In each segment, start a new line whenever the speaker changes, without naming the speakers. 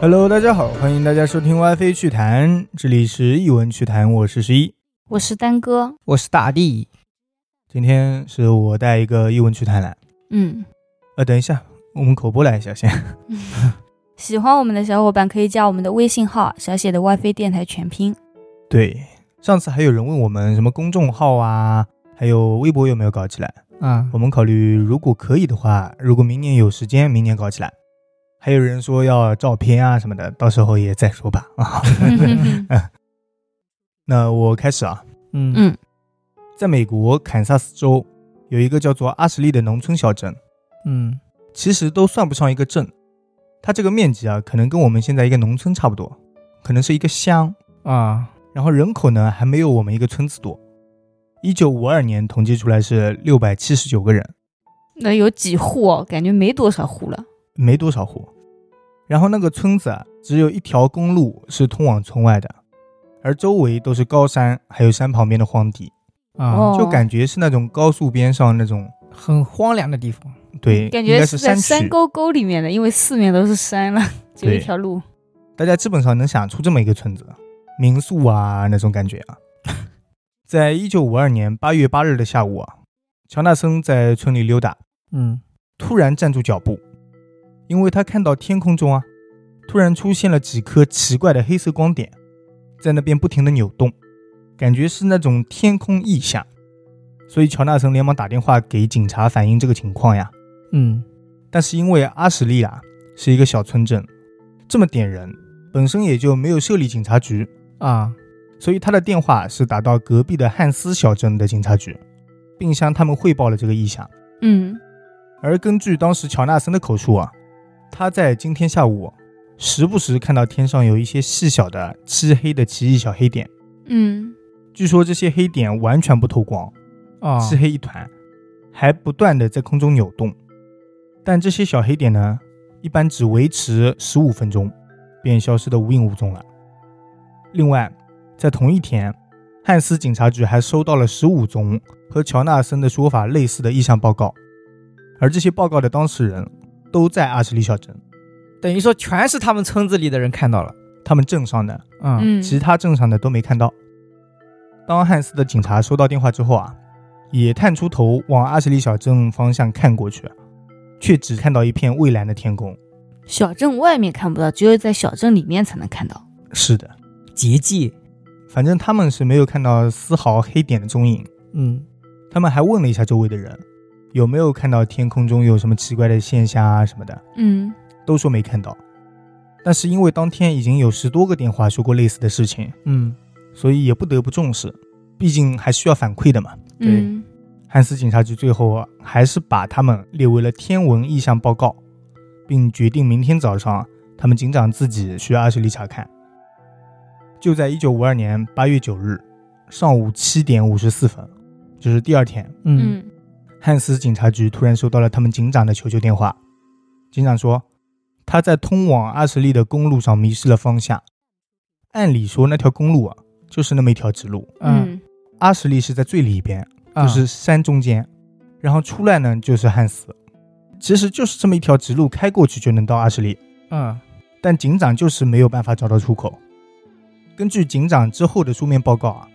Hello，大家好，欢迎大家收听 WiFi 趣谈，这里是译文趣谈，我是十一，
我是丹哥，
我是大地。
今天是我带一个译文趣谈来。
嗯，
呃，等一下，我们口播来一下先。
喜欢我们的小伙伴可以加我们的微信号，小写的 WiFi 电台全 拼。
对，上次还有人问我们什么公众号啊，还有微博有没有搞起来？
啊、
我们考虑，如果可以的话，如果明年有时间，明年搞起来。还有人说要照片啊什么的，到时候也再说吧。 啊，那我开始啊，
嗯
嗯
在美国堪萨斯州有一个叫做阿什利的农村小镇，
嗯
其实都算不上一个镇，它这个面积啊，可能跟我们现在一个农村差不多，可能是一个乡，
啊，
然后人口呢还没有我们一个村子多。一九五二年统计出来是六百七十九个人，
那有几户哦？感觉没多少户了。
没多少户。然后那个村子啊，只有一条公路是通往村外的，而周围都是高山，还有山旁边的荒地，
啊，
哦
就感觉是那种高速边上那种
很荒凉的地方。
对，
感
应
觉
该是
在
山
山
区。
沟沟里面的，因为四面都是山了， 只有一
对
条路。
大家基本上能想出这么一个村子，民宿啊那种感觉啊。 在一九五二年八月八日的下午啊，乔纳森在村里溜达，
嗯
突然站住脚步，因为他看到天空中啊，突然出现了几颗奇怪的黑色光点，在那边不停的扭动，感觉是那种天空异象，所以乔纳森连忙打电话给警察反映这个情况呀。
嗯
但是因为阿什利啊是一个小村镇，这么点人，本身也就没有设立警察局，
啊
所以他的电话是打到隔壁的汉斯小镇的警察局，并向他们汇报了这个异响。
嗯，
而根据当时乔纳森的口述啊，他在今天下午时不时看到天上有一些细小的漆黑的奇异小黑点，
嗯，
据说这些黑点完全不透光，
啊，
漆黑一团，还不断的在空中扭动。但这些小黑点呢，一般只维持十五分钟，便消失的无影无踪了。另外，在同一天，汉斯警察局还收到了十五宗和乔纳森的说法类似的意向报告，而这些报告的当事人都在阿什利小镇。
等于说全是他们村子里的人看到了。
他们镇上的，
啊
嗯
其他镇上的都没看到。当汉斯的警察收到电话之后啊，也探出头往阿什利小镇方向看过去，却只看到一片蔚蓝的天空。
小镇外面看不到，只有在小镇里面才能看到。
是的，
结界。
反正他们是没有看到丝毫黑点的踪影。
嗯
他们还问了一下周围的人，有没有看到天空中有什么奇怪的现象啊什么的，
嗯
都说没看到。但是因为当天已经有十多个电话说过类似的事情，
嗯
所以也不得不重视，毕竟还需要反馈的嘛。
嗯
汉斯警察局最后还是把他们列为了天文异象报告，并决定明天早上他们警长自己去阿什利查看。就在一九五二年八月九日上午七点五十四分，就是第二天，
嗯
汉斯警察局突然收到了他们警长的求救电话。警长说，他在通往阿什利的公路上迷失了方向。按理说，那条公路啊，就是那么一条直路。
嗯
嗯
阿什利是在最里边，
啊
就是山中间，然后出来呢就是汉斯，其实就是这么一条直路开过去就能到阿什利，
啊
但警长就是没有办法找到出口。根据警长之后的书面报告啊，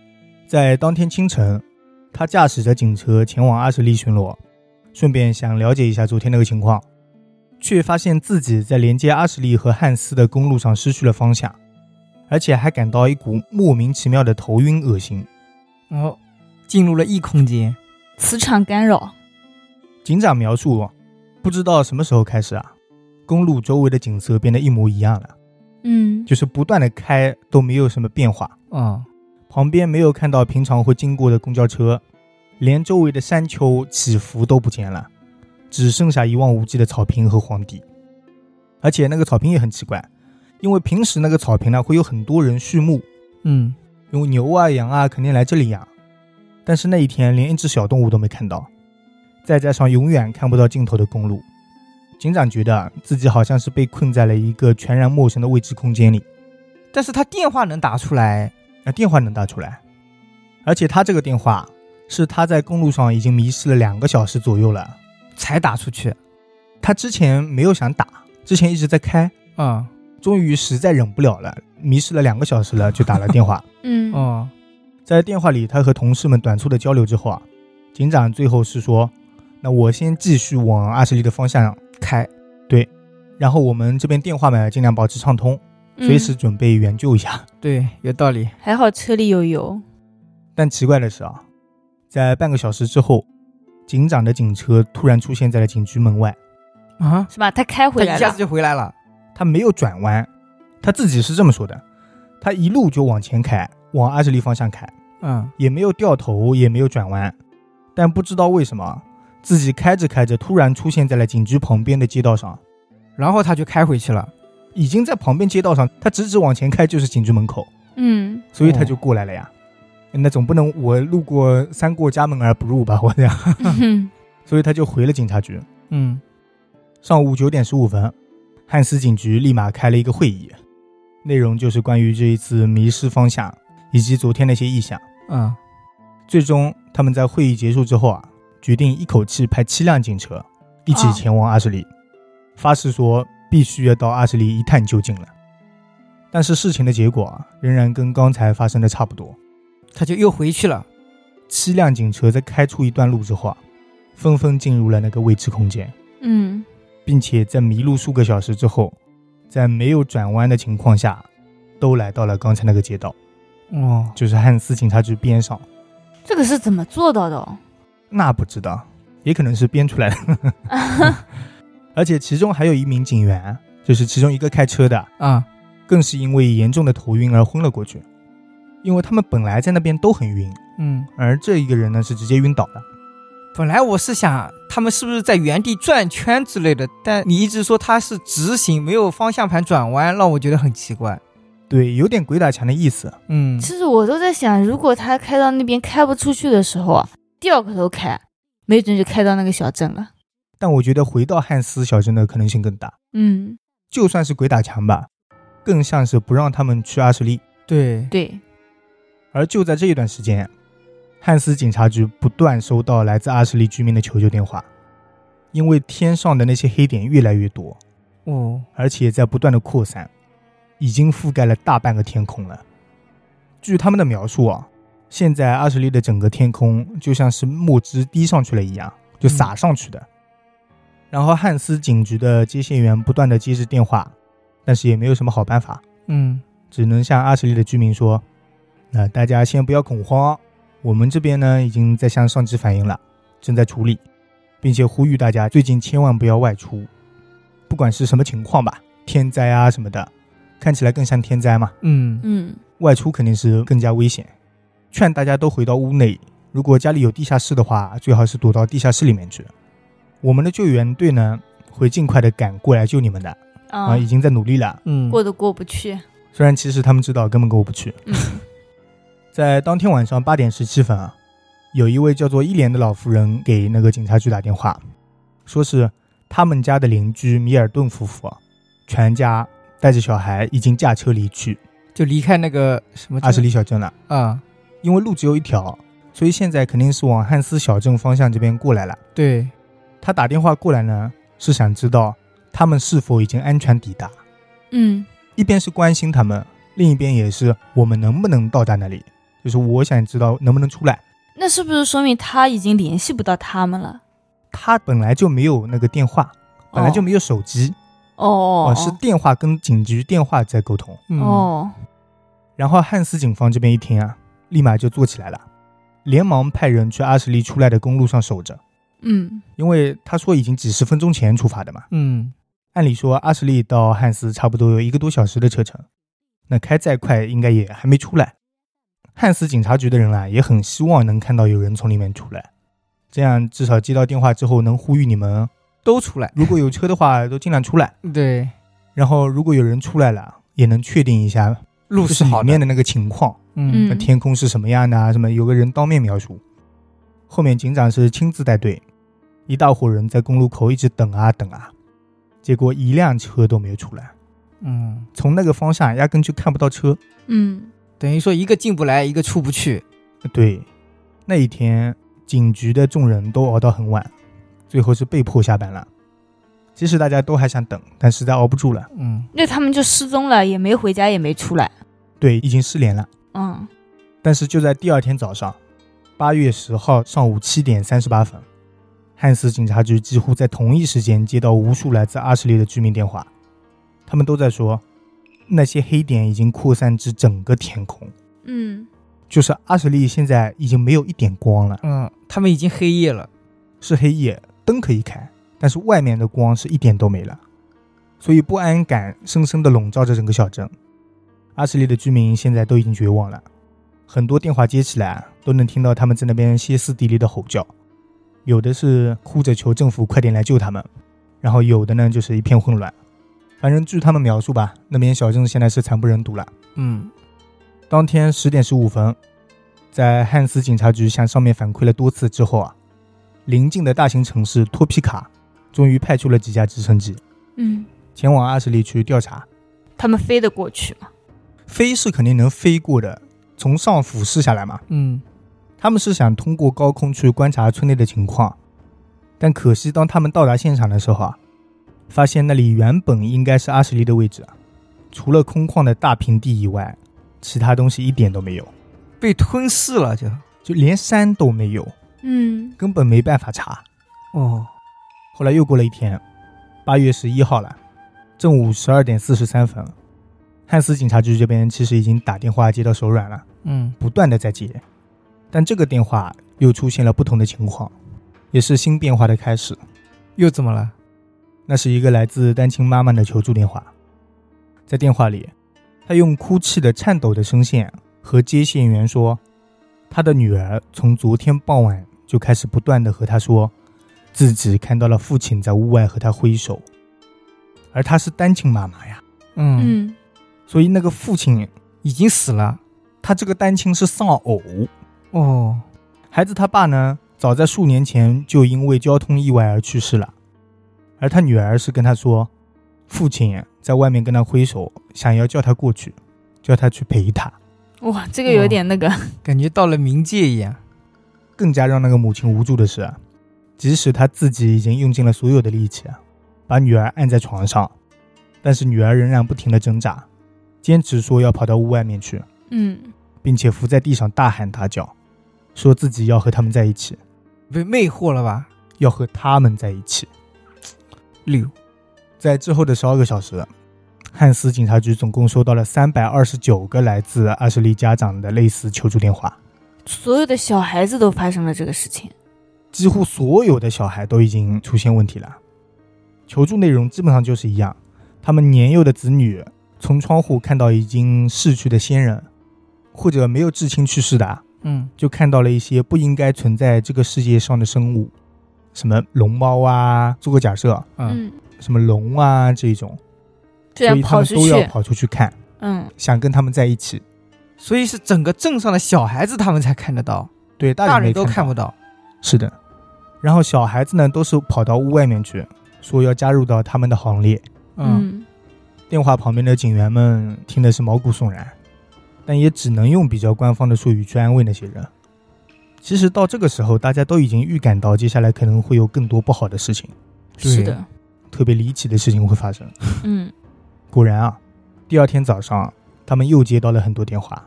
在当天清晨，他驾驶着警车前往阿什利巡逻，顺便想了解一下昨天那个情况，却发现自己在连接阿什利和汉斯的公路上失去了方向，而且还感到一股莫名其妙的头晕恶心。
然后进入了异空间。
磁场干扰。
警长描述，不知道什么时候开始啊，公路周围的景色变得一模一样了，
嗯
就是不断的开都没有什么变化，
啊
旁边没有看到平常会经过的公交车，连周围的山丘起伏都不见了，只剩下一望无际的草坪和荒地。而且那个草坪也很奇怪，因为平时那个草坪呢会有很多人畜牧，
嗯
因为牛啊、羊啊肯定来这里养，但是那一天连一只小动物都没看到，再加上永远看不到尽头的公路，警长觉得自己好像是被困在了一个全然陌生的未知空间里。
但是他电话能打出来。
啊，电话能打出来，而且他这个电话是他在公路上已经迷失了两个小时左右了，
才打出去
他之前没有想打，之前一直在开，
啊
终于实在忍不了了，迷失了两个小时了，就打了电话。
嗯
哦，
在电话里，他和同事们短促的交流之后啊，警长最后是说：“那我先继续往二十里的方向
开，
然后我们这边电话嘛，尽量保持畅通，随时
嗯
准备援救一下。
对，有道理。
还好车里有油。
但奇怪的是啊，在半个小时之后，警长的警车突然出现在了警局门外，
啊，
是吧？他开
他
回来
一下
了，
子就回来了。
他没有转弯，他自己是这么说的：他一路就往前开，往二十里方向开，
嗯，
也没有掉头，也没有转弯，但不知道为什么，自己开着开着突然出现在了警局旁边的街道上。
然后他就开回去了。
已经在旁边街道上，他直直往前开就是警局门口，
嗯，
所以他就过来了呀。
哦
那总不能我路过三过家门而不入吧，我这样，
嗯
所以他就回了警察局。
嗯，
上午九点十五分，汉斯警局立马开了一个会议，内容就是关于这一次迷失方向以及昨天那些异响。
嗯，
最终，他们在会议结束之后啊，决定一口气派七辆警车一起
啊
哦
前往阿什利，发誓说必须要到阿什利一探究竟了。但是事情的结果啊，仍然跟刚才发生的差不多。
他就又回去了。
七辆警车在开出一段路之后啊，纷纷进入了那个未知空间，
嗯，
并且在迷路数个小时之后，在没有转弯的情况下，都来到了刚才那个街道，
哦，
就是汉斯警察局边上。
这个是怎么做到的 哦？
那不知道，也可能是编出来的。 而且其中还有一名警员，就是其中一个开车的，
啊，
更是因为严重的头晕而昏了过去。因为他们本来在那边都很晕，
嗯，
而这一个人呢是直接晕倒了。
本来我是想他们是不是在原地转圈之类的，但你一直说他是直行，没有方向盘转弯，让我觉得很奇怪。
对，有点鬼打墙的意思。
嗯，
其实我都在想，如果他开到那边开不出去的时候啊，掉个头开，没准就开到那个小镇了。
但我觉得回到汉斯小镇的可能性更大。
嗯，
就算是鬼打墙吧，更像是不让他们去阿什利。
对，
对，
而就在这一段时间，汉斯警察局不断收到来自阿什利居民的求救电话，因为天上的那些黑点越来越多，
哦，
而且在不断的扩散，已经覆盖了大半个天空了。据他们的描述啊，现在阿什利的整个天空就像是墨汁滴上去了一样，就洒上去的。然后汉斯警局的接线员不断的接着电话，但是也没有什么好办法，
嗯，
只能向阿什利的居民说：“那、大家先不要恐慌，我们这边呢已经在向上级反映了，正在处理，并且呼吁大家最近千万不要外出，不管是什么情况吧，天灾啊什么的，看起来更像天灾嘛，
嗯，
嗯
外出肯定是更加危险，劝大家都回到屋内。如果家里有地下室的话，最好是躲到地下室里面去。我们的救援队呢会尽快的赶过来救你们的
啊
啊，已经在努力了。
嗯，
过都过不去。
虽然其实他们知道根本过不去。
嗯
在当天晚上八点十七分啊，有一位叫做伊莲的老妇人给那个警察局打电话，说是他们家的邻居米尔顿夫妇啊，全家带着小孩已经驾车离去
就离开那个什么
阿什利小镇了，
啊，
因为路只有一条，所以现在肯定是往汉斯小镇方向这边过来了。
对，
他打电话过来呢，是想知道他们是否已经安全抵达，
嗯
一边是关心他们，另一边也是我们能不能到达那里，就是我想知道能不能出来。
那是不是说明他已经联系不到他们了？
他本来就没有那个电话，本来就没有手机，
哦哦
哦，是电话跟警局电话在沟通。
嗯，
哦，
然后汉斯警方这边一听啊，立马就坐起来了，连忙派人去阿什利出来的公路上守着，
嗯
因为他说已经几十分钟前出发的嘛。
嗯，
按理说阿什利到汉斯差不多有一个多小时的车程，那开再快应该也还没出来。汉斯警察局的人啊，也很希望能看到有人从里面出来，这样至少接到电话之后能呼吁你们，
都出来，
如果有车的话都尽量出来。
对，
然后如果有人出来了，也能确定一下
路
就是
是
里
好的
面，的那个情况，
嗯
那
嗯
天空是什么样的啊？什么有个人当面描述。后面警长是亲自带队，一大伙人在公路口一直等啊等啊，结果一辆车都没有出来，
嗯，
从那个方向压根就看不到车。
嗯
等于说一个进不来，一个出不去，
对，那一天警局的众人都熬到很晚，最后是被迫下班了。即使大家都还想等，但实在熬不住了，
嗯，
那他们就失踪了，也没回家，也没出来。
对，已经失联了。
嗯，
但是就在第二天早上，八月十号上午七点三十八分，汉斯警察局几乎在同一时间接到无数来自阿什利的居民电话，他们都在说，那些黑点已经扩散至整个天空，
嗯，
就是阿什利现在已经没有一点光了，
嗯，他们已经黑夜了。
是黑夜，灯可以开，但是外面的光是一点都没了，所以不安感深深地笼罩着整个小镇。阿什利的居民现在都已经绝望了，很多电话接起来都能听到他们在那边歇斯底里的吼叫，有的是哭着求政府快点来救他们，然后有的呢就是一片混乱。反正据他们描述吧，那边小镇现在是惨不忍睹了。
嗯
当天十点十五分，在汉斯警察局向上面反馈了多次之后啊，邻近的大型城市托皮卡终于派出了几架直升机
嗯，
前往阿什利去调查。
他们飞得过去吗？
飞是肯定能飞过的，从上俯视下来嘛，
嗯，
他们是想通过高空去观察村内的情况，但可惜当他们到达现场的时候啊，发现那里原本应该是阿什利的位置啊，除了空旷的大平地以外，其他东西一点都没有，
被吞噬了就。
就连山都没有。
嗯
根本没办法查。
哦，
后来又过了一天，八月十一号了，正午十二点四十三分，汉斯警察局这边其实已经打电话接到手软了，
嗯
不断的在接，但这个电话又出现了不同的情况，也是新变化的开始。
又怎么了？
那是一个来自单亲妈妈的求助电话，在电话里，她用哭泣的、颤抖的声线和接线员说，她的女儿从昨天傍晚就开始不断的和她说，自己看到了父亲在屋外和她挥手，而她是单亲妈妈呀，
嗯，
嗯
所以那个父亲，
已经死了。
他这个单亲是丧偶，
哦，
孩子他爸呢，早在数年前就因为交通意外而去世了，而他女儿是跟他说，父亲在外面跟他挥手，想要叫他过去，叫他去陪他，
嗯哇，这个有点那个，
感觉到了冥界一样。
更加让那个母亲无助的是，啊即使他自己已经用尽了所有的力气，啊把女儿按在床上，但是女儿仍然不停的挣扎，坚持说要跑到屋外面去，
嗯
并且伏在地上大喊大叫，说自己要和他们在一起，
被魅惑了吧？
要和他们在一起。
六。
在之后的十二个小时，汉斯警察局总共收到了三百二十九个来自阿什利家长的类似求助电话，
所有的小孩子都发生了这个事情。
几乎所有的小孩都已经出现问题了。求助内容基本上就是一样，他们年幼的子女从窗户看到已经逝去的先人，或者没有至亲去世的，啊
嗯
就看到了一些不应该存在这个世界上的生物，什么龙猫啊，做个假设，
嗯
什么龙啊这种，所
居
啊
然
以他
跑
们
出
都要啊
去，
跑出去看，
嗯，
想跟他们在一起。
所以是整个镇上的小孩子他们才看得到，
对，大
大
人
人
没
都看
到
不到。
是的，然后小孩子呢，都是跑到屋外面去，说要加入到他们的行列。
嗯，
电话旁边的警员们听的是毛骨悚然，但也只能用比较官方的术语去安慰那些人。其实到这个时候，大家都已经预感到接下来可能会有更多不好的事情，
是
对
的，
特别离奇的事情会发生。
嗯
果然啊，第二天早上，他们又接到了很多电话，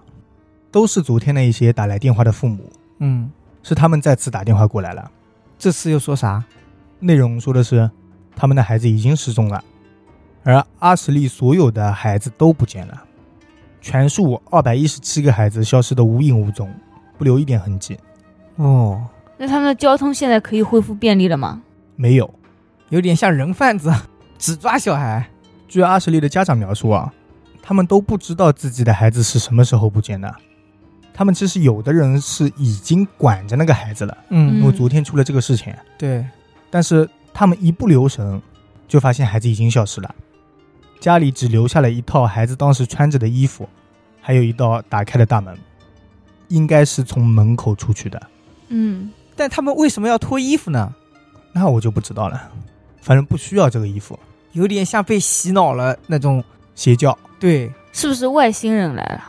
都是昨天那一些打来电话的父母，
嗯，
是他们再次打电话过来了。
这次又说啥？
内容说的是他们的孩子已经失踪了，而阿什利所有的孩子都不见了，全数二百一十七个孩子消失得无影无踪，不留一点痕迹。
哦，
那他们的交通现在可以恢复便利了吗？
没有。
有点像人贩子， 只抓小孩。
据阿什利的家长描述啊，他们都不知道自己的孩子是什么时候不见的。他们其实有的人是已经管着那个孩子了，
嗯
因为昨天出了这个事情，
对，
但是他们一不留神，就发现孩子已经消失了，家里只留下了一套孩子当时穿着的衣服，还有一道打开的大门，应该是从门口出去的，
嗯
但他们为什么要脱衣服呢？
那我就不知道了，反正不需要这个衣服，
有点像被洗脑了那种。
邪教
对，
是不是外星人来了？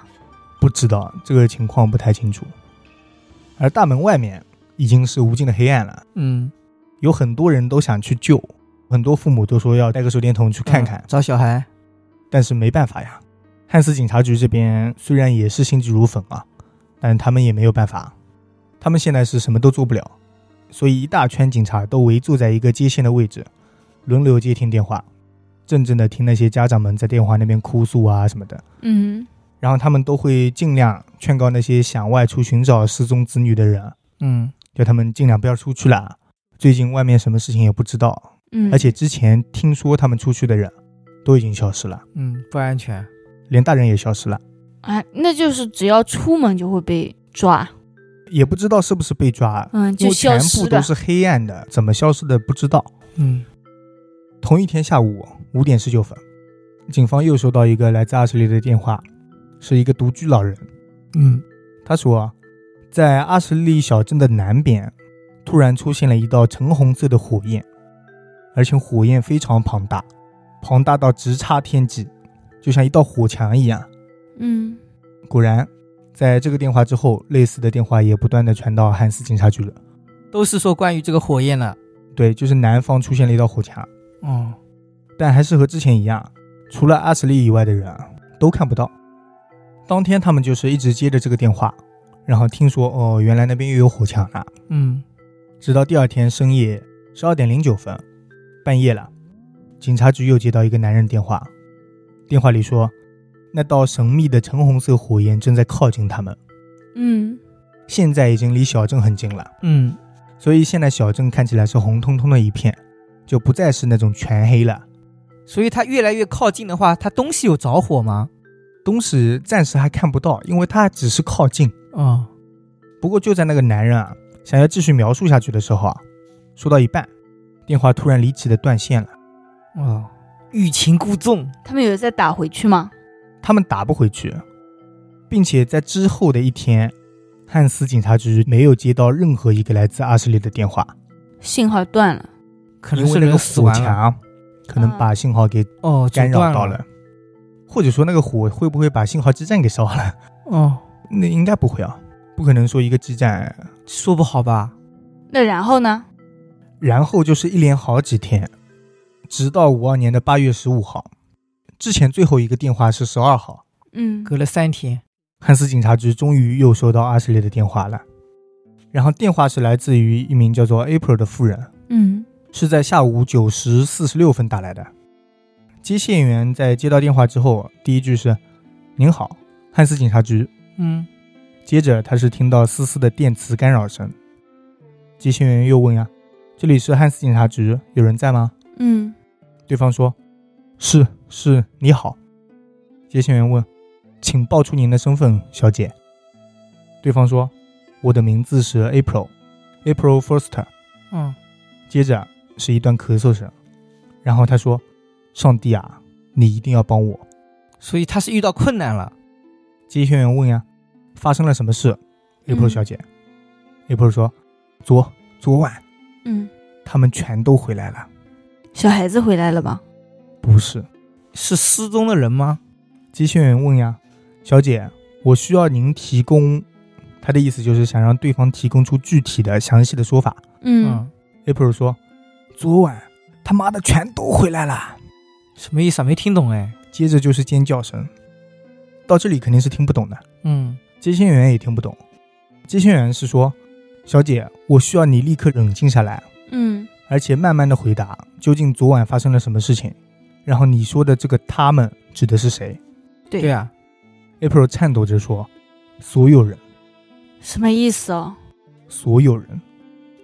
不知道这个情况不太清楚，而大门外面已经是无尽的黑暗了，
嗯
有很多人都想去救，很多父母都说要带个手电筒去看看，
嗯找小孩，
但是没办法呀。汉斯警察局这边虽然也是心急如焚啊，但他们也没有办法，他们现在是什么都做不了，所以一大圈警察都围坐在一个接线的位置，轮流接听电话，怔怔的听那些家长们在电话那边哭诉啊什么的。
嗯，
然后他们都会尽量劝告那些想外出寻找失踪子女的人，
嗯
叫他们尽量不要出去啦。最近外面什么事情也不知道，
嗯，
而且之前听说他们出去的人都已经消失了，
嗯，不安全。
连大人也消失了，
啊，那就是只要出门就会被抓，
也不知道是不是被抓，
嗯，
因
就
为全
消失
部
了
都。是黑暗的，怎么消失的不知道。
嗯
同一天下午五点十九分，警方又收到一个来自阿什利的电话，是一个独居老人，
嗯
他说，在阿什利小镇的南边，突然出现了一道橙红色的火焰，而且火焰非常庞大，庞大到直插天际，就像一道火墙一样。
嗯
果然，在这个电话之后，类似的电话也不断的传到汉斯警察局了。
都是说关于这个火焰的。
对，就是南方出现了一道火墙，
哦，
但还是和之前一样，除了阿什利以外的人都看不到。当天他们就是一直接着这个电话，然后听说哦，原来那边又有火墙了。
嗯
直到第二天深夜十二点零九分，半夜了，警察局又接到一个男人电话，电话里说，那道神秘的橙红色火焰正在靠近他们，
嗯
现在已经离小镇很近了，
嗯
所以现在小镇看起来是红彤彤的一片，就不再是那种全黑了。
所以它越来越靠近的话，它东西有着火吗？
东西暂时还看不到，因为它只是靠近。
哦，
不过就在那个男人啊想要继续描述下去的时候啊，说到一半，电话突然离奇的断线了。
哦，欲擒故纵。
他们有在打回去吗？
他们打不回去，并且在之后的一天，汉斯警察局没有接到任何一个来自阿什利的电话，
信号断了。
可能
因
是
为那
人
个
死
火
完了。
墙可能把信号给
哦，
干
阻
扰
断
到了，
了。
或者说那个火会不会把信号基站给烧了？
哦，
那应该不会啊，不可能说一个基站，
说不好吧？
那然后呢？
然后就是一连好几天，直到五二年的八月十五号，之前最后一个电话是十二号，
嗯
隔了三天。
汉斯警察局终于又收到阿什利的电话了，然后电话是来自于一名叫做 April 的妇人，
嗯
是在下午九时四十六分打来的。接线员在接到电话之后，第一句是“您好，汉斯警察局
嗯”，
接着他是听到丝丝的电磁干扰声。接线员又问呀：“这里是汉斯警察局，有人在吗
嗯，？”
对方说：“是，是，你好。”接线员问：“请报出您的身份，小姐。”对方说：“我的名字是 April，April Foster。”
嗯，
接着是一段咳嗽声，然后他说：“上帝啊，你一定要帮我。
所以他是遇到困难了。”
接线员问呀：“发生了什么事
嗯
？”April 小姐、a p r i l 说：“昨昨晚
嗯，
他们全都回来了，
小孩子回来了吧？
不是
是失踪的人吗？？”
接线员问呀：“小姐，我需要您提供。”他的意思就是想让对方提供出具体的、详细的说法。啊
啊
嗯，
April 说：“昨晚他妈的全都回来了。”
什么意思啊？没听懂哎。
接着就是尖叫声，到这里肯定是听不懂的。
嗯
接线员也听不懂。接线员是说：“小姐，我需要你立刻冷静下来，
嗯
而且慢慢的回答究竟昨晚发生了什么事情。”然后你说的这个“他们”指的是谁
对
对啊，
？April 颤抖着说：“所有人，
什么意思哦？
所有人。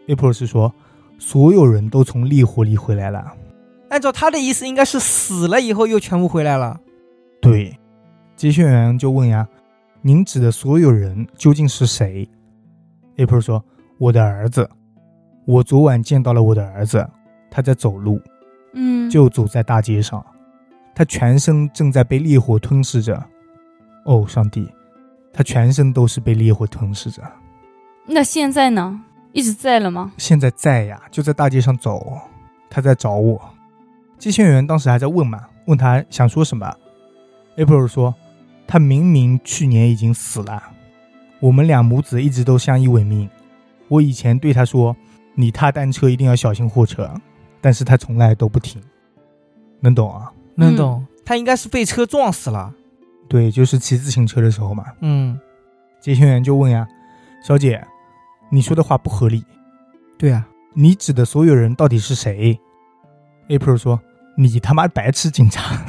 ”April 是说：“所有人都从烈火里回来了。
按照他的意思，应该是死了以后又全部回来了。”
对，接线员就问呀：“您指的所有人究竟是谁？”April 说：“我的儿子，我昨晚见到了我的儿子，他在走路。”
嗯，
就走在大街上，他全身正在被烈火吞噬着。哦，上帝，他全身都是被烈火吞噬着。
那现在呢？一直在了吗？
现在在呀，就在大街上走，他在找我。接线员当时还在问嘛，问他想说什么。April 说，他明明去年已经死了，我们俩母子一直都相依为命。我以前对他说，你踏单车一定要小心货车，但是它从来都不停，能懂啊？
能懂？嗯他应该是被车撞死了。
对，就是骑自行车的时候嘛。
嗯，
接线员就问呀：“小姐，你说的话不合理，
对啊，
你指的所有人到底是谁？”April 说：“你他妈白痴警察，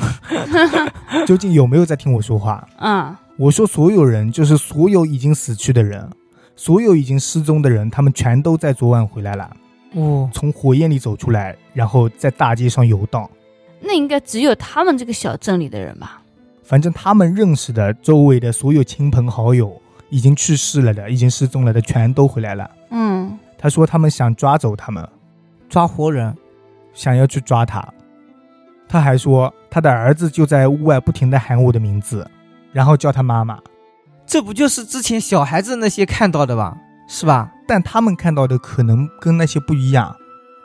究竟有没有在听我说话？
嗯
我说所有人就是所有已经死去的人，所有已经失踪的人，他们全都在昨晚回来了，
哦，
从火焰里走出来，然后在大街上游荡。
那应该只有他们这个小镇里的人吧？
反正他们认识的周围的所有亲朋好友，已经去世了的，已经失踪了的，全都回来了。
嗯
他说他们想抓走他们，
抓活人，
想要去抓他。他还说他的儿子就在屋外不停地喊我的名字，然后叫他妈妈。
这不就是之前小孩子那些看到的吧？是吧？
但他们看到的可能跟那些不一样，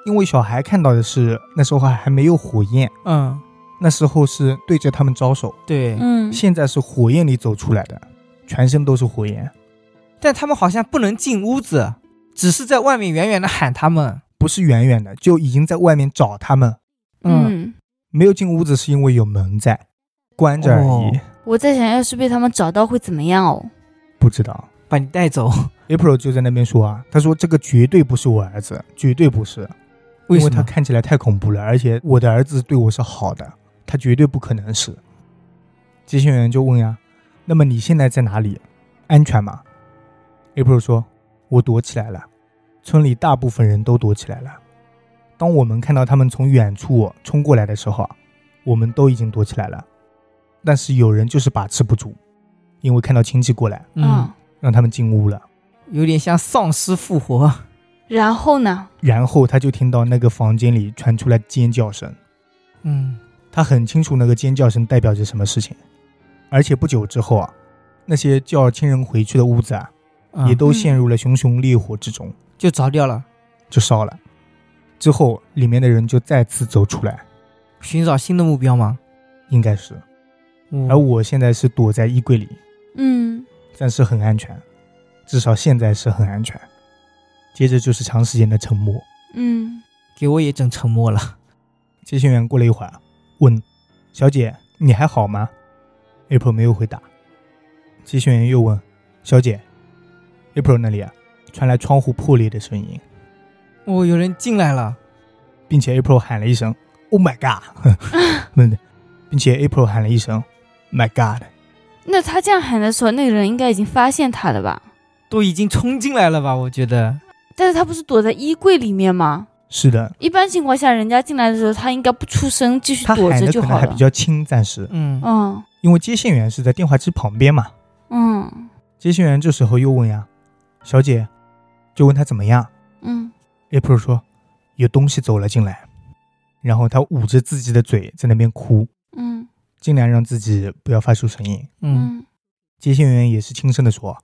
因为小孩看到的是那时候还没有火焰，
嗯，
那时候是对着他们招手，
对。
嗯
现在是火焰里走出来的，全身都是火焰。
但他们好像不能进屋子，只是在外面远远的喊他们。
不是远远的，就已经在外面找他们。
嗯，
没有进屋子是因为有门在，关着而已。
哦
我在想，要是被他们找到会怎么样哦？
不知道。
把你带走，
April 就在那边说啊，他说这个绝对不是我儿子，绝对不是，
为
因
什
为他
么？
看起来太恐怖了，而且我的儿子对我是好的，他绝对不可能是。接线员就问呀，那么你现在在哪里？安全吗？April 说，我躲起来了，村里大部分人都躲起来了。当我们看到他们从远处冲过来的时候啊，我们都已经躲起来了，但是有人就是把持不住，因为看到亲戚过来，
啊
嗯，
让他们进屋了。
有点像丧尸复活。
然后呢？
然后他就听到那个房间里传出来尖叫声，
嗯，
他很清楚那个尖叫声代表着什么事情，而且不久之后啊，那些叫亲人回去的屋子啊，
啊
也都陷入了熊熊烈火之中，
就着掉了，
就烧了。之后里面的人就再次走出来，
寻找新的目标吗？
应该是，
哦
而我现在是躲在衣柜里，
嗯
暂时很安全，至少现在是很安全。接着就是长时间的沉默，
嗯
给我也整沉默了。
接线员过了一会儿问：“小姐，你还好吗？”April 没有回答。接线员又问：“小姐，April 那里啊，传来窗户破裂的声音，
哦，有人进来了。
并且 April 喊了一声 ‘Oh my god’，不 对，并且 April 喊了一声 ‘My God’。
那他这样喊的时候，那个人应该已经发现他了吧？
都已经冲进来了吧？我觉得
但是他不是躲在衣柜里面吗？
是的，
一般情况下，人家进来的时候，他应该不出声，继续
他
躲
喊
着
的
就
可能
好
还
了
比。较轻，暂时，
嗯，
嗯
因为接线员是在电话机旁边嘛。
嗯
接线员这时候又问呀：“小姐，就问他怎么样。”
嗯
April 说：“有东西走了进来。”然后他捂着自己的嘴在那边哭，
嗯
尽量让自己不要发出声音。
嗯，
接线员也是轻声的说：“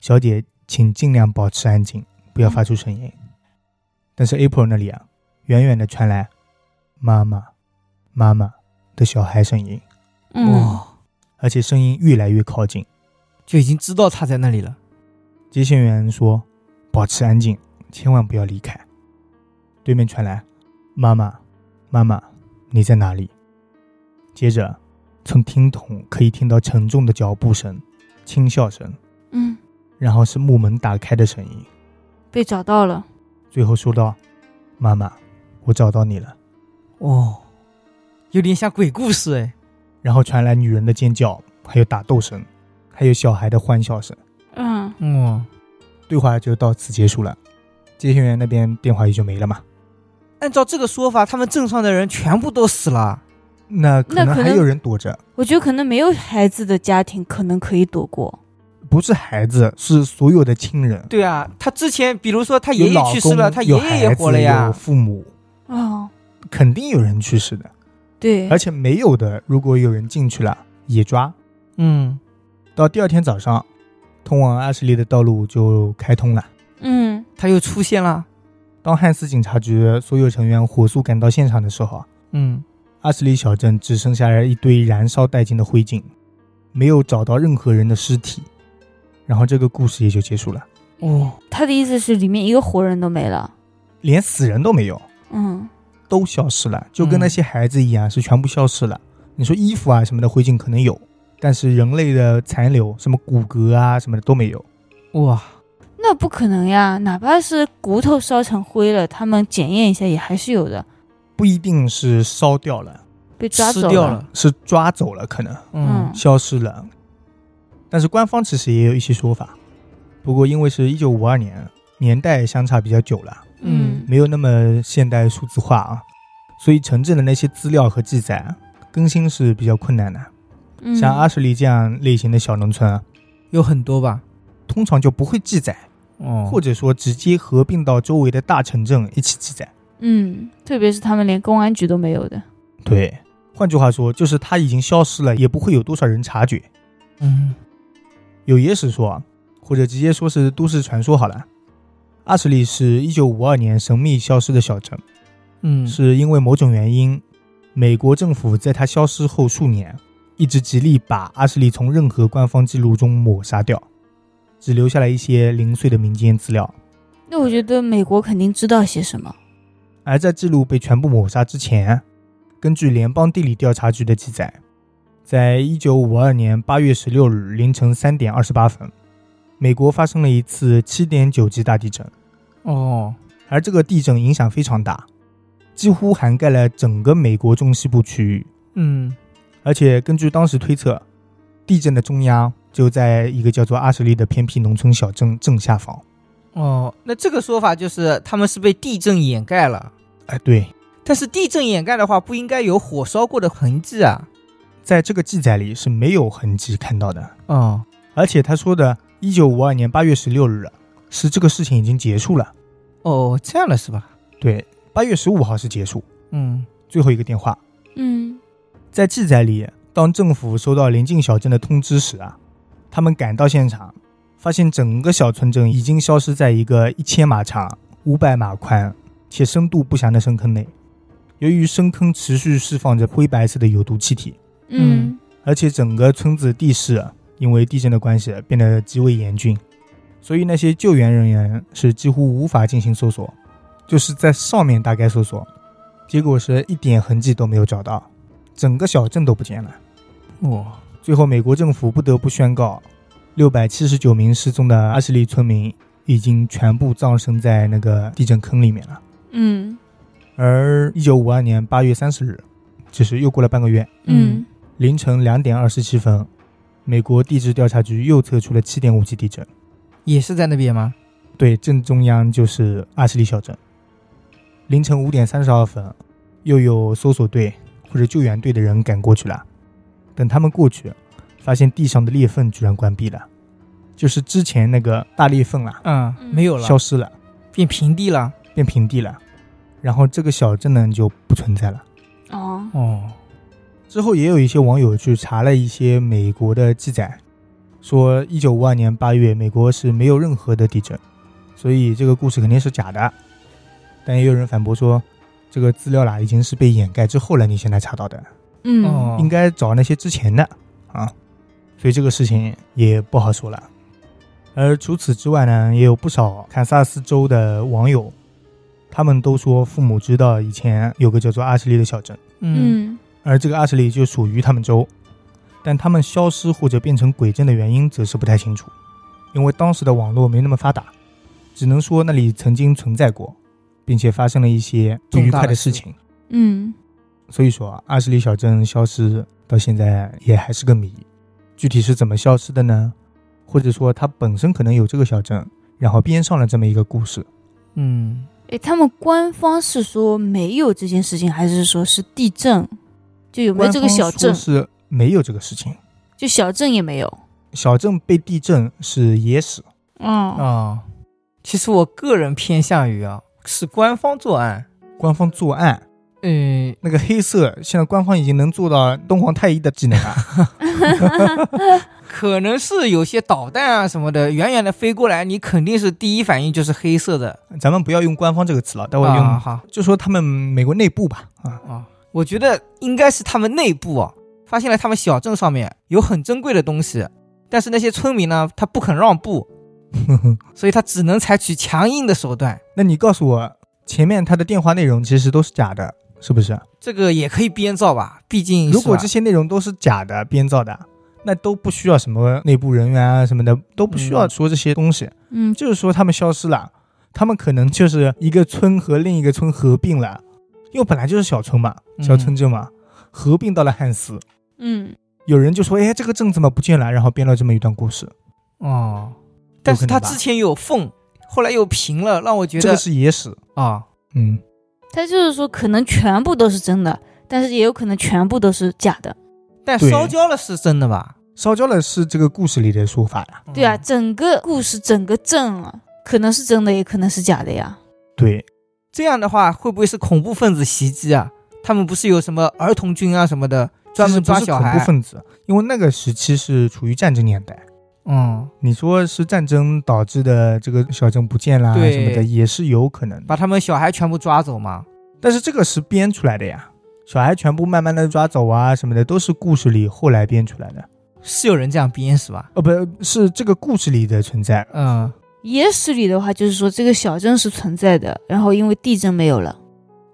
小姐，请尽量保持安静，不要发出声音。但是 April 那里啊，远远的传来“妈妈，妈妈”的小孩声音，
嗯，
哇，
而且声音越来越靠近。
就已经知道他在那里了。
接线员说：“保持安静，千万不要离开。”对面传来：“妈妈，妈妈，你在哪里？”接着，从听筒可以听到沉重的脚步声、轻笑声，
嗯，
然后是木门打开的声音。
被找到了。
最后说到：“妈妈，我找到你了。
哦，有点像鬼故事哎。”
然后传来女人的尖叫，还有打斗声，还有小孩的欢笑声。
嗯
嗯，
对话就到此结束了。接线员那边电话也就没了嘛。
按照这个说法，他们镇上的人全部都死了。
那可
那
能
可
还
能
有人躲着。
我觉得可能没有孩子的家庭可能可以躲过。
不是孩子，是所有的亲人。
对啊，他之前比如说他
有
爷爷
老
去世了，
公
他爷
有
爷也
孩子
活了
有
呀。
父母
哦，
肯定有人去世的，
哎
对
而，且没有的，如果有人进去了也抓。
嗯，
到第二天早上，通往阿什利的道路就开通了。
嗯
他又出现了。
当汉斯警察局所有成员火速赶到现场的时候，
嗯，
阿什利小镇只剩下了一堆燃烧殆尽的灰烬，没有找到任何人的尸体。然后这个故事也就结束了，
哦，
他的意思是里面一个活人都没了。
连死人都没有。
嗯
都消失了，就跟那些孩子一样，是全部消失了。你说衣服啊什么的灰烬可能有，但是人类的残留，什么骨骼啊什么的都没有。
哇，
那不可能呀！哪怕是骨头烧成灰了，他们检验一下也还是有的，
不一定是烧掉了，
被抓
吃
走
掉了，
是抓走了，可能
嗯
消失了。但是官方其实也有一些说法，不过因为是一九五二年，年代相差比较久了，
嗯
没有那么现代数字化啊，所以城镇的那些资料和记载啊，更新是比较困难的。
嗯
像阿什利这样类型的小农村啊，
有很多吧？
通常就不会记载，
哦
或者说直接合并到周围的大城镇一起记载。
嗯，特别是他们连公安局都没有的，
对，换句话说，就是它已经消失了，也不会有多少人察觉。
嗯
有野史说，啊，或者直接说是都市传说好了。阿什利是一九五二年神秘消失的小镇，
嗯
是因为某种原因，美国政府在它消失后数年，一直极力把阿什利从任何官方记录中抹杀掉，只留下来一些零碎的民间资料。
那我觉得美国肯定知道些什么。
而在记录被全部抹杀之前，根据联邦地理调查局的记载，在一九五二年八月十六日凌晨三点二十八分，美国发生了一次七点九级大地震，
哦
而这个地震影响非常大，几乎涵盖了整个美国中西部区域。
嗯
而且根据当时推测，地震的中央就在一个叫做阿什利的偏僻农村小镇正下方。
哦，那这个说法就是他们是被地震掩盖了，
哎，对，
但是地震掩盖的话，不应该有火烧过的痕迹啊。
在这个记载里是没有痕迹看到的。
哦，
而且他说的，一九五二年八月十六日是这个事情已经结束了，
哦，这样了是吧？
对，八月十五号是结束，
嗯
最后一个电话。
嗯，
在记载里，当政府收到临近小镇的通知时啊，他们赶到现场，发现整个小村镇已经消失在一个一千码长、五百码宽且深度不详的深坑内。由于深坑持续释放着灰白色的有毒气体，
嗯，
而且整个村子地势啊因为地震的关系啊变得极为严峻，所以那些救援人员是几乎无法进行搜索，就是在上面大概搜索，结果是一点痕迹都没有找到，整个小镇都不见了。
哦
最后，美国政府不得不宣告，六百七十九名失踪的阿什利村民已经全部葬身在那个地震坑里面了。
嗯
而一九五二年八月三十日，就是又过了半个月，
嗯
凌晨两点二十七分，美国地质调查局又测出了七点五级地震，
也是在那边吗？
对，正中央就是阿什利小镇。凌晨五点三十二分，又有搜索队或者救援队的人赶过去了。等他们过去，发现地上的裂缝居然关闭了，就是之前那个大裂缝啊，
嗯，
嗯
没有了，
消失了，
变平地了。
变平地了，然后这个小镇呢就不存在了。
哦，
哦，
之后也有一些网友去查了一些美国的记载，说一九五二年八月美国是没有任何的地震，所以这个故事肯定是假的。但也有人反驳说，这个资料啦已经是被掩盖之后了，你现在查到的，
嗯
哦
应该找那些之前的啊。所以这个事情也不好说了。而除此之外呢，也有不少堪萨斯州的网友，他们都说父母知道以前有个叫做阿什利的小镇。
嗯
嗯
而这个阿什利就属于他们州，但他们消失或者变成鬼镇的原因则是不太清楚，因为当时的网络没那么发达，只能说那里曾经存在过，并且发生了一些不愉快的事情。
嗯
所以说啊，阿什利小镇消失到现在也还是个谜，具体是怎么消失的呢？或者说它本身可能有这个小镇，然后编上了这么一个故事。
嗯，
诶，他们官方是说没有这件事情，还是说是地震？就有没有这个小
官
镇
方？说是没有这个事情，
就小镇也没有。
小镇被地震是野史。
嗯
哦，
啊
其实我个人偏向于啊，是官方作案。
官方作案，
嗯，
那个黑色，现在官方已经能做到东皇太一的技能啊了。
可能是有些导弹啊什么的，远远的飞过来，你肯定是第一反应就是黑色的。
咱们不要用官方这个词了，待会哦儿用、
啊，好
就说他们美国内部吧。啊，
啊，我觉得应该是他们内部啊，发现了他们小镇上面有很珍贵的东西，但是那些村民呢，他不肯让步，所以他只能采取强硬的手段。
那你告诉我，前面他的电话内容其实都是假的，是不是？
这个也可以编造吧，毕竟
如果
是
这
吧
些内容都是假的、编造的，那都不需要什么内部人员啊什么的，都不需要
嗯
说这些东西。
嗯，
就是说他们消失了，他们可能就是一个村和另一个村合并了，因为本来就是小村嘛，
嗯
小村镇嘛，合并到了汉斯。
嗯，
有人就说：“哎，这个镇怎么不见了？”然后编了这么一段故事，
哦，但是他
吧
之前有缝，后来又平了，让我觉
这个
得
是野史。
啊，
嗯，
他就是说可能全部都是真的，但是也有可能全部都是假的。
但
对
烧焦了是真的吧？
烧焦了是这个故事里的说法呀。
对啊，
嗯，
整个故事整个镇啊，可能是真的，也可能是假的呀。
对，
这样的话会不会是恐怖分子袭击啊？他们不是有什么儿童军啊什么的，专门抓
其实
小
不是恐怖
孩？
分子，因为那个时期是处于战争年代。
嗯，
你说是战争导致的这个小镇不见啦
对
什么的，也是有可能的。
把他们小孩全部抓走嘛？
但是这个是编出来的呀，小孩全部慢慢的抓走啊什么的，都是故事里后来编出来的。
是有人这样编是吧？
呃，不是这个故事里的存在，
嗯，
野史里的话，就是说这个小镇是存在的，然后因为地震没有了。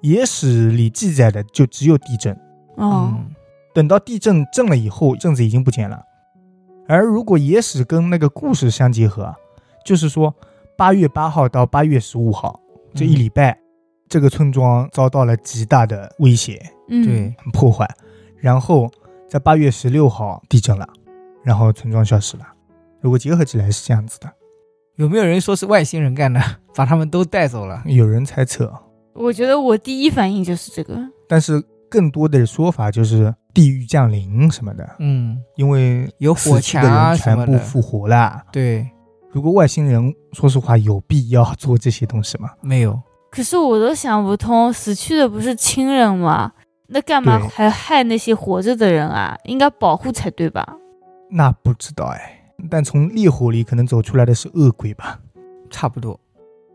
野史里记载的就只有地震。
哦，
嗯
等到地震震了以后，镇子已经不见了。而如果野史跟那个故事相结合，啊就是说八月八号到八月十五号这
嗯
一礼拜，这个村庄遭到了极大的威胁
嗯，
对，
破坏，然后在八月十六号地震了，然后村庄消失了。如果结合起来是这样子的，
有没有人说是外星人干的， 把他们都带走了？
有人猜测，
我觉得我第一反应就是这个。
但是更多的说法就是地狱降临什么的，
嗯，
因为
有火
死去
墙
的
啊
人
什
全
么
部
的。
复活了。
对，
如果外星人，说实话，有必要做这些东西吗？
没有。
可是我都想不通，死去的不是亲人吗？那干嘛
对
还害那些活着的人啊？应该保护才对吧？
那不知道哎。但从烈火里可能走出来的是恶鬼吧，
差不多。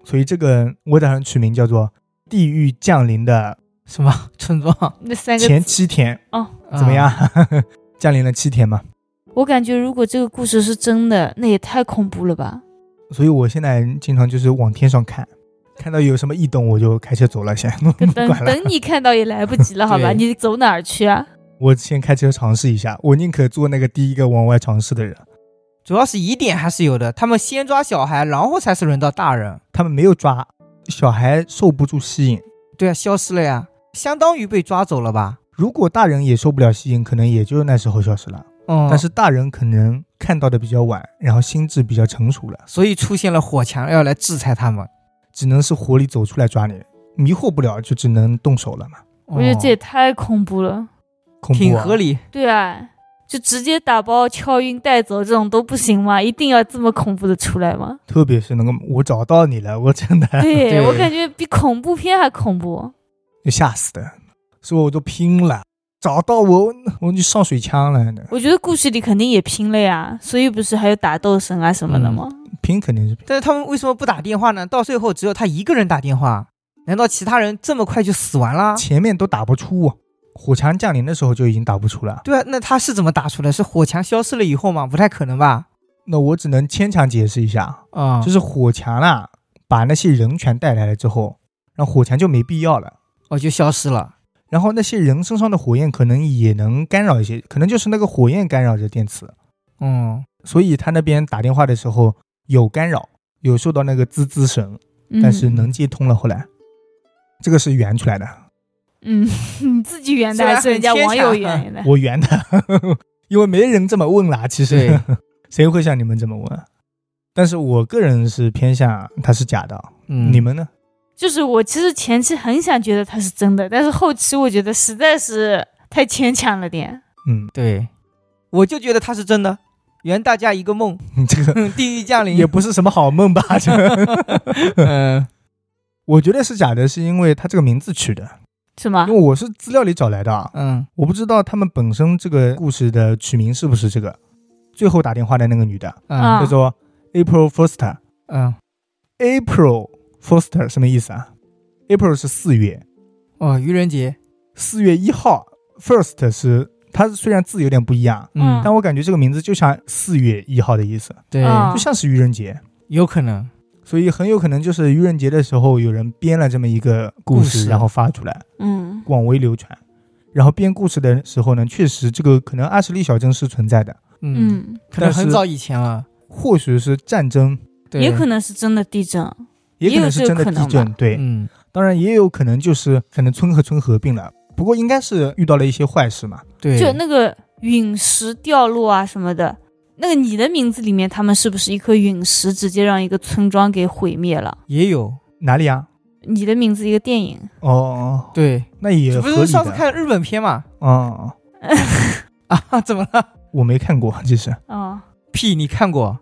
所以这个我打算取名叫做“地狱降临”的
什么 村庄？嗯
那三个
前
字
七天
哦，
怎么样？？ 降临了七天嘛，
我感觉如果这个故事是真的，那也太恐怖 了吧？
所以我现在经常就是往天上看，看到有什么异动我就开车走了，先 不
等
管了。
等你看到也来不及了，好吧？
对
你走哪儿去啊？
我先开车尝试一下，我宁可做那个第一个往外尝试的人。
主要是疑点还是有的，他们先抓小孩，然后才是轮到大人。
他们没有抓小孩，受不住吸引，
对啊，消失了呀，相当于被抓走了吧？
如果大人也受不了吸引，可能也就那时候消失了。
嗯，
但是大人可能看到的比较晚，然后心智比较成熟了，
所以出现了火墙，要来制裁他们。
只能是火里走出来抓你，迷惑不了就只能动手了嘛。
我觉得这也
哦
太恐怖了。
恐怖、
挺
啊，
合。理。
对啊，就直接打包敲晕带走这种都不行吗？一定要这么恐怖的出 来吗？
特别是那个我找到你了，我真的
对
对
我感觉比恐怖片还恐怖。
就吓死的，说我都拼了，找到我我就上水枪了呢，
我觉得故事里肯定也拼了呀，所以不是还有打斗声啊什么
嗯
的吗？
拼肯定是拼。
但是他们为什么不打电话呢？到最后只有他一个人打电话，难道其他人这么快就死完啦？
前面都打不出、啊，火墙降临的时候就已经打不出了，
对啊，那他是怎么打出来？是火墙消失了以后吗？不太可能吧？
那我只能牵强解释一下，
啊、
就是火墙啦，把那些人全带来了之后，让火墙就没必要了。
哦，就消失了。
然后那些人身上的火焰可能也能干扰一些，可能就是那个火焰干扰着电磁，
嗯，
所以他那边打电话的时候有干扰，有受到那个滋滋声，
嗯，
但 是能接通了。后来，这个是圆出来的，
哎
嗯，你自己圆的还是人家网友 圆的？
我圆的，因为没人这么问啦。其实
对，
谁会像你们这么问？啊但是我个人是偏向它是假的，
嗯，
你们呢？
就是我其实前期很想觉得它是真的，但是后期我觉得实在是太牵强了点。
嗯，
对，我就觉得他是真的。圆大家一个梦，
这个
地狱降临
也不是什么好梦吧？这个
嗯
我觉得是假的，是因为它这个名字取的，
是吗
因？为我是资料里找来的啊，
嗯
我不知道他们本身这个故事的取名是不是这个。最后打电话的那个女的
啊
叫做 April Foster，April
嗯，
Foster 什么意思啊？April 是四月，
哦，愚人节，
四月一号，First 是它虽然字有点不一样，
嗯
但我感觉这个名字就像四月一号的意思，
对，
啊
就像是愚人节。
有可能，
所以很有可能就是愚人节的时候，有人编了这么一个故
故
事，
事
然后发出来，
嗯
广为流传。然后编故事的时候呢，确实这个可能阿什利小镇是存在的，
嗯，
嗯，
可能
但是
很早以前了，
或许是战争，
对，
也可能是真的地震。
也可
也有
能是
这
真
个
的
可
地
能
震，
吧
对，
嗯，
当然也有可能就是可能村和村合并了，不过应该是遇到了一些坏事嘛。
对，
就那个陨石掉落啊什么的，那个你的名字里面，他们是不是一颗陨石直接让一个村庄给毁灭了？
也有，
哪里啊？
你的名字一个电影，
哦哦，哦
对，
那也
这不
合
是
理
上次
的。
看日本片嘛？
哦，
啊，怎么了？
我没看过， 这是
哦，
屁，你看过？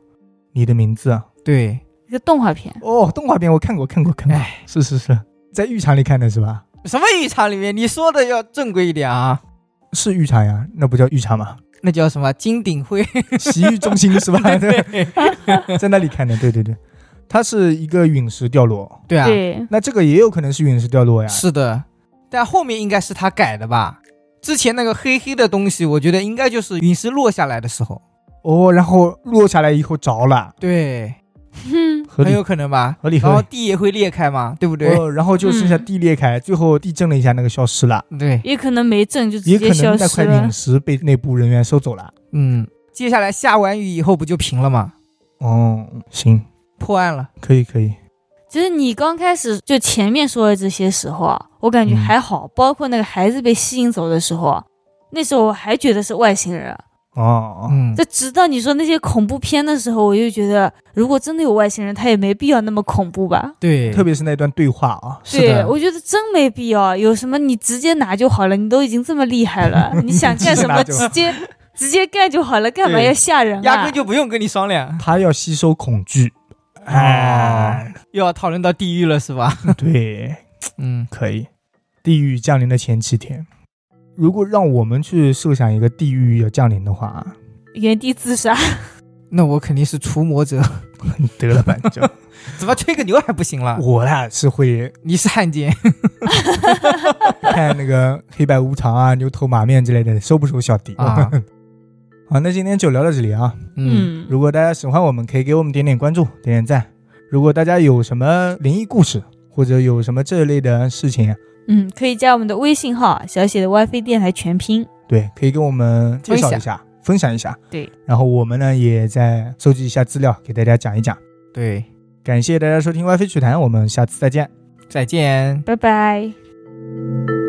你的名字啊？
对，哎
一个动画片，
哦，动画片我看过，看过，看过。是是是，在浴场里看的是吧？
什么浴场里面？你说的要正规一点啊，
是浴场呀，那不叫浴场吗？
那叫什么金鼎会？
洗浴中心 是吧？对， 在那里看的，对对对，它是一个陨石掉落，
对啊，
对，
那这个也有可能是陨石掉落呀。
是的，但后面应该是他改的吧？之前那个黑黑的东西，我觉得应该就是陨石落下来的时候，
哦，然后落下来以后着了，
对，
哼，
合
很
理
有可能吧？
合理合
然
理
后地也会裂开嘛，对不对？
哦，然后就剩下
嗯
地裂开，最后地震了一下，那个消失了，
对，
也可能没震就直
也可
接消
能那
失
块
了
陨。石被内部人员收走了。
嗯，接下来下完雨以后不就平了吗？
哦，行，
破案了，
可以可以，
就是你刚开始就前面说的这些时候啊，我感觉
嗯
还好，包括那个孩子被吸引走的时候啊，那时候我还觉得是外星人。啊
哦，
嗯，
这直到你说那些恐怖片的时候，我就觉得，如果真的有外星人，他也没必要那么恐怖吧？
对，
特
别
别是那段对话啊，
是
对，
的，
我觉得真没必要。有什么你直接拿就好了，你都已经这么厉害了，你想干什么
直接拿就
直接 直接干就好了，干嘛
对
要吓人啊？
压根就不用跟你商量，
他要吸收恐惧，哎，
又要讨论到地狱了是吧？
哦
对，
嗯，
可以。地狱降临的前七天，如果让我们去设想一个地狱要降临的话，
原地自杀，
那我肯定是除魔者，
得了吧，你 就
怎么吹个牛还不行了？
我啦是会
你是汉奸，
看那个黑白无常啊、牛头马面之类的，收不收小弟
啊？
好，那今天就聊到这里啊。
嗯，
嗯，
如果大家喜欢我们，可以给我们点点关注、点点赞。如果大家有什么灵异故事，或者有什么这类的事情，
嗯，可以加我们的微信号，小写的 WiFi 电台全拼。
对，可以跟我们介绍一
分
下、分享一下。
对，
然后我们呢也再收集一下资料，给大家讲一讲。
对，
感谢大家收听 WiFi 曲坛，我们下次再见。
再见。
拜拜。
嗯